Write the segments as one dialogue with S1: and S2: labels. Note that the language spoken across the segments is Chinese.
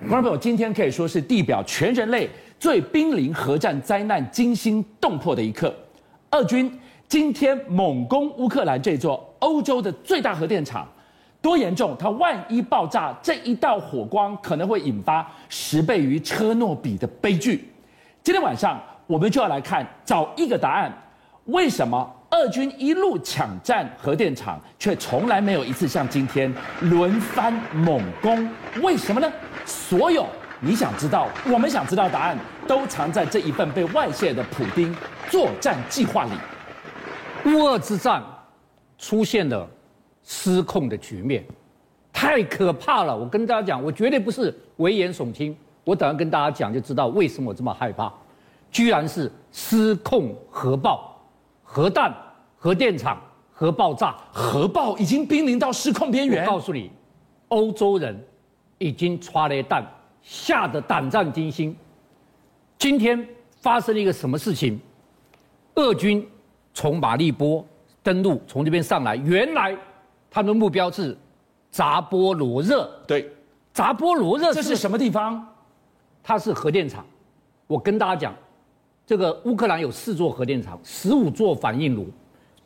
S1: 观众朋友，今天可以说是地表全人类最濒临核战灾难惊心动魄的一刻。俄军今天猛攻乌克兰这座欧洲的最大核电厂，多严重？它万一爆炸，这一道火光可能会引发十倍于车诺比的悲剧。今天晚上我们就要来看，找一个答案：为什么俄军一路抢占核电厂，却从来没有一次像今天轮番猛攻？为什么呢？所有你想知道、我们想知道答案，都藏在这一份被外泄的普丁作战计划里。
S2: 乌俄之战出现了失控的局面，太可怕了！我跟大家讲，我绝对不是危言耸听。我等下跟大家讲，就知道为什么我这么害怕。居然是失控核爆、核弹、核电厂、核爆炸。
S1: 核爆已经濒临到失控边缘
S2: 我。告诉你，欧洲人已经抓了蛋，吓得胆战心惊。今天发生了一个什么事情？俄军从马利波登陆，从这边上来，原来他们的目标是扎波罗热。
S1: 对，
S2: 扎波罗热
S1: 这
S2: 是
S1: 是什么地方？
S2: 它是核电厂。我跟大家讲，这个乌克兰有四座核电厂，十五座反应炉，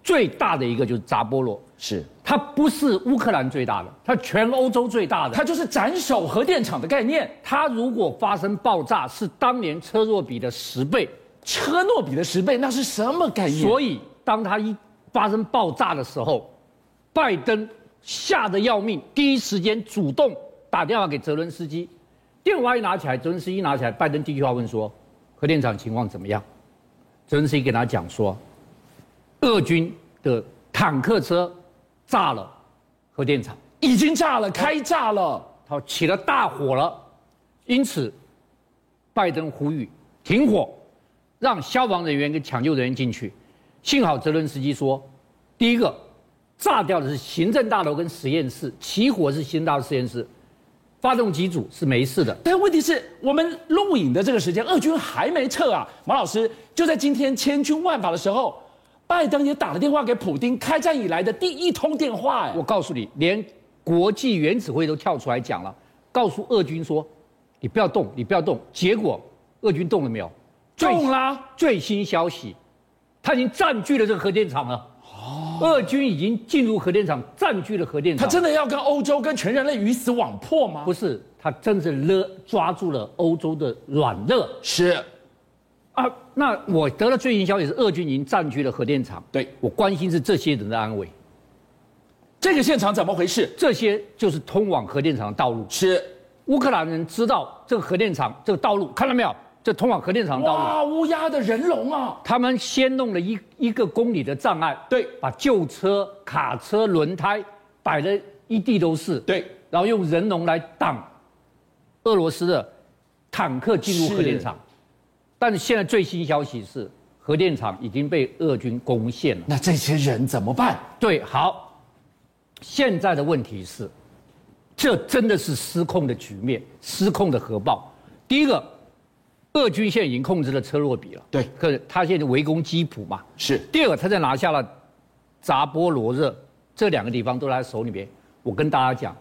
S2: 最大的一个就是扎波罗。
S1: 是，
S2: 它不是乌克兰最大的，它全欧洲最大的。
S1: 它就是斩首核电厂的概念，
S2: 它如果发生爆炸，是当年车若比的十倍。
S1: 车诺比的十倍，那是什么概念？
S2: 所以，当它一发生爆炸的时候，拜登吓得要命，第一时间主动打电话给泽伦斯基，电话一拿起来，泽伦斯基拿起来，拜登第一句话问说：“核电厂情况怎么样？”泽伦斯基跟他讲说：“俄军的坦克车炸了核电厂。”
S1: 已经炸了，开炸了。
S2: 它起了大火了，因此，拜登呼吁停火，让消防人员跟抢救人员进去。幸好泽伦斯基说，第一个，炸掉的是行政大楼跟实验室，起火是行政大楼实验室，发动机组是没事的。
S1: 但问题是我们录影的这个时间，俄军还没撤啊。马老师就在今天千军万马的时候，拜登也打了电话给普京，开战以来的第一通电话。哎
S2: 我，告诉你，连国际原子会都跳出来讲了，告诉俄军说，你不要动，你不要动。结果，俄军动了没有？
S1: 中啦！
S2: 最新消息，他已经占据了这个核电厂了。哦，俄军已经进入核电厂，占据了核电
S1: 他
S2: 厂。
S1: 真的要跟欧洲、跟全人类鱼死网破吗？
S2: 不是，他真是勒抓住了欧洲的软肋
S1: 是，
S2: 啊！那我得到最新消息是，俄军已经占据了核电厂。
S1: 对
S2: 我关心是这些人的安危，
S1: 这个现场怎么回事？
S2: 这些就是通往核电厂的道路。
S1: 是，
S2: 乌克兰人知道这个核电厂这个道路，看到没有？这通往核电厂的道路，
S1: 哇，乌鸦的人龙啊！
S2: 他们先弄了一一个公里的障碍，
S1: 对
S2: 把旧车、卡车轮胎摆了一地都是，
S1: 对，
S2: 然后用人龙来挡俄罗斯的坦克进入核电厂。但是现在最新消息是，核电厂已经被俄军攻陷了。
S1: 那这些人怎么办？
S2: 对，好，现在的问题是，这真的是失控的局面，失控的核爆。第一个，俄军现在已经控制了车洛比了，
S1: 对
S2: 可是他现在围攻基辅嘛。
S1: 是
S2: 第二个，他再拿下了扎波罗热这两个地方都在他手里面。我跟大家讲，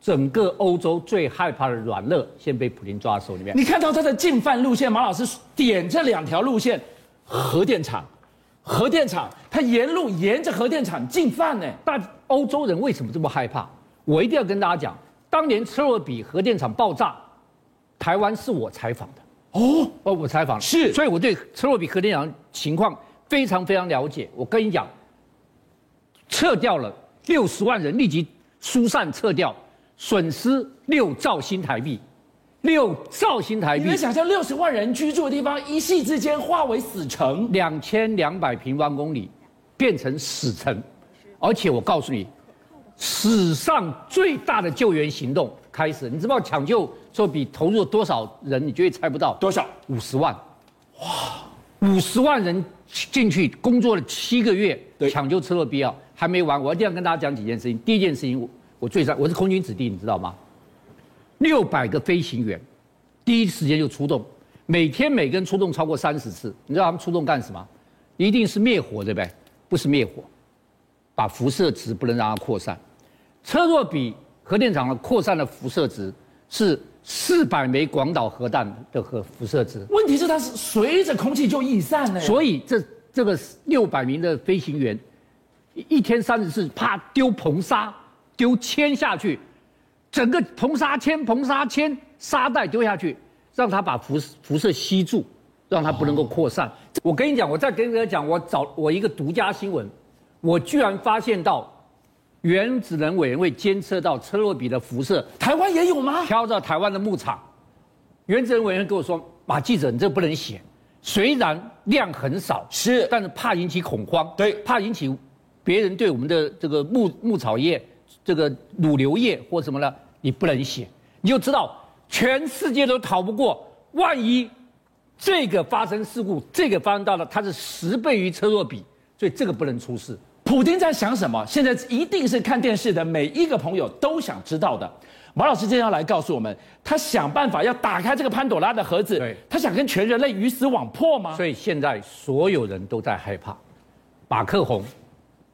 S2: 整个欧洲最害怕的软肋，现在被普京抓在手里面。
S1: 你看到他的进犯路线，马老师点这两条路线，核电厂，核电厂，他沿路沿着核电厂进犯呢。
S2: 大欧洲人为什么这么害怕？我一定要跟大家讲，当年车尔比核电厂爆炸，台湾是我采访的，
S1: 哦，
S2: 哦，我采访的
S1: 是
S2: 所以我对车尔比核电厂情况非常非常了解。我跟你讲，撤掉了六十万人，立即疏散撤掉，损失六兆新台币，六兆新台
S1: 你
S2: 币
S1: 能，想象六十万人居住的地方，一夕之间化为死城？
S2: 两千两百平方公里变成死城，而且我告诉你，史上最大的救援行动开始。你知道抢救说比投入了多少人，你绝对猜不到，
S1: 多少？
S2: 五十万，哇，五十万人进去工作了七个月
S1: 对，
S2: 抢救车洛比奥还没完。我一定要跟大家讲几件事情。第一件事情，我我最在我是空军子弟，你知道吗？六百个飞行员，第一时间就出动，每天每个人出动超过三十次。你知道他们出动干什么？一定是灭火，对不对？不是灭火，把辐射值不能让它扩散。车若比核电厂的扩散的辐射值是四百枚广岛核弹的核辐射值。
S1: 问题是它是随着空气就逸散了。
S2: 所以这这个六百名的飞行员，一一天三十次，怕丢硼砂、丢铅下去，整个硼砂铅、硼砂铅沙袋丢下去，让它把辐辐射吸住，让它不能够扩散。我跟你讲，我再跟大家讲，我找我一个独家新闻，我居然发现到。原子能委员会监测到车诺比的辐射
S1: 台湾也有吗？
S2: 飘到台湾的牧场，原子能委员跟我说：“马记者，你这不能写，虽然量很少，
S1: 是
S2: 但是怕引起恐慌，
S1: 对
S2: 怕引起别人对我们的这个牧牧草业、这个乳牛业或什么呢，你不能写。你就知道全世界都逃不过，万一这个发生事故，这个发生到了，它是十倍于车诺比，所以这个不能出事。
S1: 普丁在想什么？现在一定是看电视的每一个朋友都想知道的。马老师今天要来告诉我们，他想办法要打开这个潘朵拉的盒子
S2: 对，
S1: 他想跟全人类鱼死网破吗？
S2: 所以现在所有人都在害怕。马克宏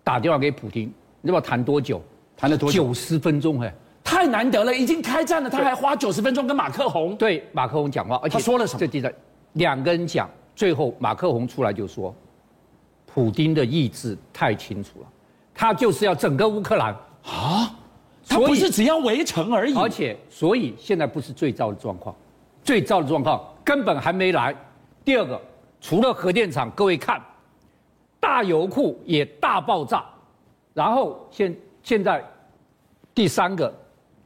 S2: 打电话给普京，你知道谈多久？
S1: 谈了多久
S2: 九十分钟哎。
S1: 太难得了，已经开战了，他还花九十分钟跟马克宏。
S2: 对马克宏讲话，而且
S1: 他说了什么
S2: 这地在两个人讲，最后马克宏出来就说，普京的意志太清楚了，他就是要整个乌克兰。
S1: 他
S2: 所
S1: 不
S2: 以
S1: 是只要围城而已。
S2: 而且，所以现在不是最糟的状况，最糟的状况根本还没来。第二个，除了核电厂，各位看，大油库也大爆炸，然后现现在第三个，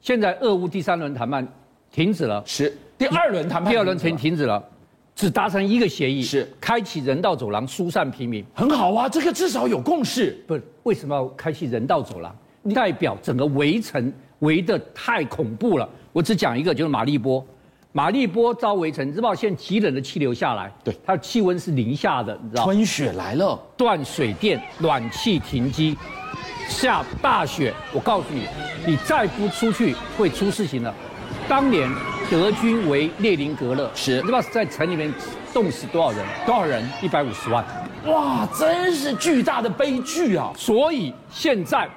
S2: 现在俄乌第三轮谈判停止了，
S1: 是第二轮谈判，
S2: 第二轮停停止了，只达成一个协议，
S1: 是
S2: 开启人道走廊，疏散平民。
S1: 很好啊，这个至少有共识。
S2: 不是为什么要开启人道走廊？代表整个围城围得太恐怖了。我只讲一个，就是马立波，马立波遭围城，你知道现在极冷的气流下来，
S1: 对
S2: 它气温是零下的，你知道吗
S1: 春雪来了，
S2: 断水电、暖气停机，下大雪。我告诉你，你再不出去会出事情了。当年德军围列宁格勒，
S1: 是
S2: 你知道在城里面冻死多少人？
S1: 多少人？
S2: 一百五十万。
S1: 哇，真是巨大的悲剧啊！
S2: 所以现在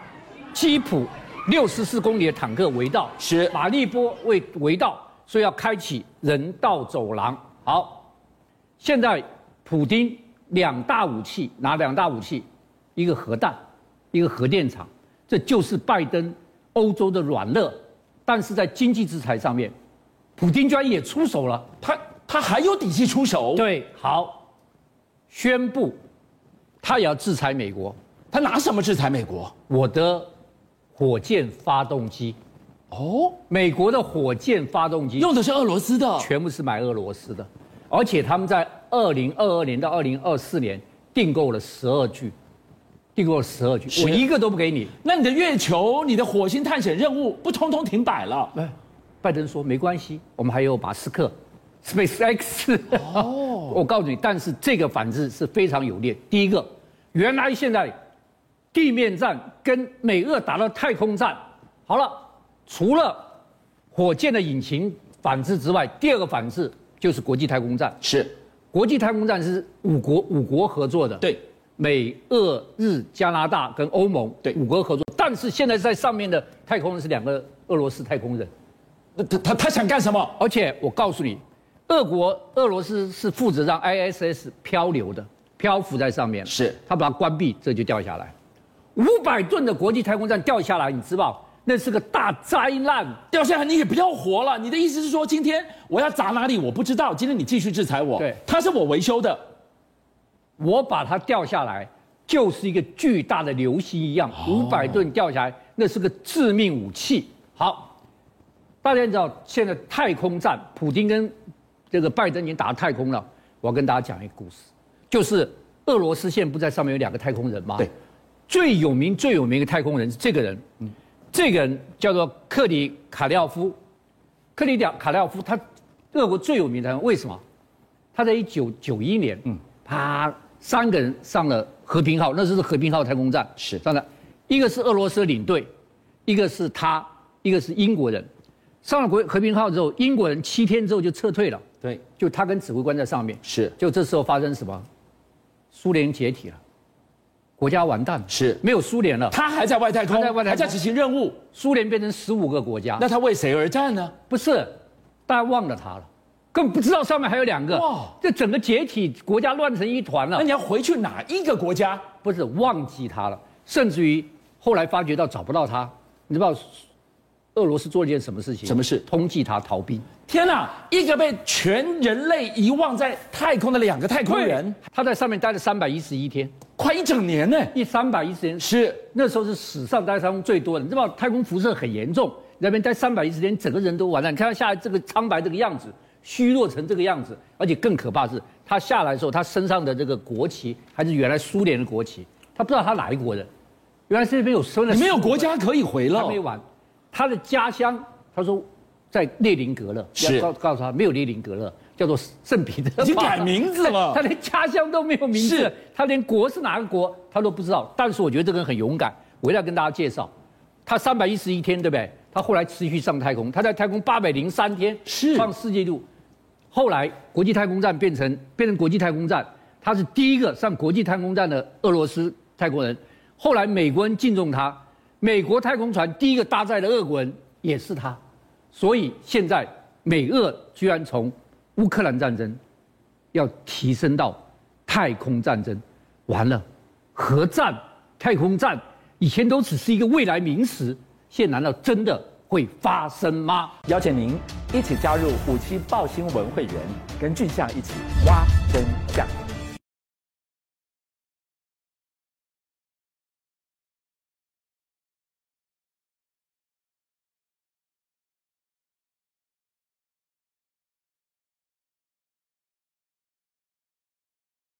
S2: 基辅六十四公里的坦克围道，
S1: 是
S2: 马利波为围道，所以要开启人道走廊。好，现在普丁两大武器拿两大武器，一个核弹，一个核电厂，这就是拜登欧洲的软肋。但是在经济制裁上面，普丁居然也出手了。
S1: 他他还有底气出手？
S2: 对，好，宣布他也要制裁美国。
S1: 他拿什么制裁美国？
S2: 我的火箭发动机，
S1: 哦，
S2: 美国的火箭发动机
S1: 用的是俄罗斯的，
S2: 全部是买俄罗斯的，而且他们在二零二二年到二零二四年订购了十二具，订购了十二具，
S1: 是
S2: 我一个都不给你。
S1: 那你的月球、你的火星探险任务不通通停摆了？
S2: 拜登说没关系，我们还有马斯克，SpaceX。哦，我告诉你，但是这个反制是非常有烈。第一个，原来现在地面战跟美俄打到太空战，好了，除了火箭的引擎反制之外，第二个反制就是国际太空站。
S1: 是，
S2: 国际太空站是五国五国合作的，
S1: 对，
S2: 美、俄、日、加拿大跟欧盟，
S1: 对
S2: 五国合作。但是现在在上面的太空人是两个俄罗斯太空人。
S1: 那他他他想干什么？
S2: 而且我告诉你，俄国俄罗斯是负责让 ISS 漂流的，漂浮在上面，
S1: 是
S2: 他把它关闭，这就掉下来。五百吨的国际太空站掉下来，你知道那是个大灾难。
S1: 掉下来你也不要活了。你的意思是说，今天我要砸哪里我不知道，今天你继续制裁我，
S2: 对
S1: 他是我维修的，
S2: 我把它掉下来，就是一个巨大的流星一样，五百吨掉下来，那是个致命武器。好，大家知道现在太空战，普京跟这个拜登已经打到太空了。我要跟大家讲一个故事，就是俄罗斯现在不在上面有两个太空人吗？
S1: 对，
S2: 最有名最有名的太空人是这个人，
S1: 嗯
S2: 这个人叫做克里卡廖夫，克里廖卡廖夫他俄国最有名的太空人，为什么？他在一九九一年，嗯，他三个人上了和平号，那时候是和平号太空站，
S1: 是
S2: 上了，一个是俄罗斯的领队，一个是他，一个是英国人。上了国和平号之后，英国人七天之后就撤退了，
S1: 对，
S2: 就他跟指挥官在上面。
S1: 是
S2: 就这时候发生什么？苏联解体了，国家完蛋了，
S1: 是
S2: 没有苏联了，
S1: 他还在外太空，
S2: 他在外太空
S1: 还在执行任务，
S2: 苏联变成十五个国家。
S1: 那他为谁而战呢？
S2: 不是，大家忘了他了，根本不知道上面还有两个。
S1: 哇哎
S2: 哇！这整个解体，国家乱成一团了
S1: 那。你要回去哪一个国家？
S2: 不是忘记他了，甚至于后来发觉到找不到他，你知道俄罗斯做了一件什么事情？
S1: 什么事
S2: 通缉他逃兵。
S1: 天哪，一个被全人类遗忘在太空的两个太空人，
S2: 他在上面待了三百一十一天，
S1: 快一整年呢。
S2: 一三百一十天
S1: 是
S2: 那时候是史上待太空最多的，你知道太空辐射很严重，你在那边待三百一十天，整个人都完了。你看他下来这个苍白这个样子，虚弱成这个样子，而且更可怕的是，他下来的时候，他身上的这个国旗还是原来苏联的国旗，他不知道他哪一国人，原来这边有分了
S1: 你没有
S2: 15
S1: 国家可以回了
S2: 还，没完，他的家乡，他说在列宁格勒，
S1: 是
S2: 要告告诉他没有列宁格勒，叫做圣彼得堡，
S1: 已经改名字了
S2: 他连家乡都没有名字
S1: 是，
S2: 他连国是哪个国他都不知道。但是我觉得这个人很勇敢，我一定要跟大家介绍，他三百一十一天，对不对？他后来持续上太空，他在太空八百零三天，
S1: 是
S2: 创世界纪录。后来国际太空站变成变成国际太空站，他是第一个上国际太空站的俄罗斯太空人。后来美国人敬重他，美国太空船第一个搭载的俄国人也是他，所以现在美俄居然从乌克兰战争要提升到太空战争，完了，核战、太空战以前都只是一个未来名词，现在难道真的会发生吗？
S1: 邀请您一起加入五七报新闻会员，跟俊相一起挖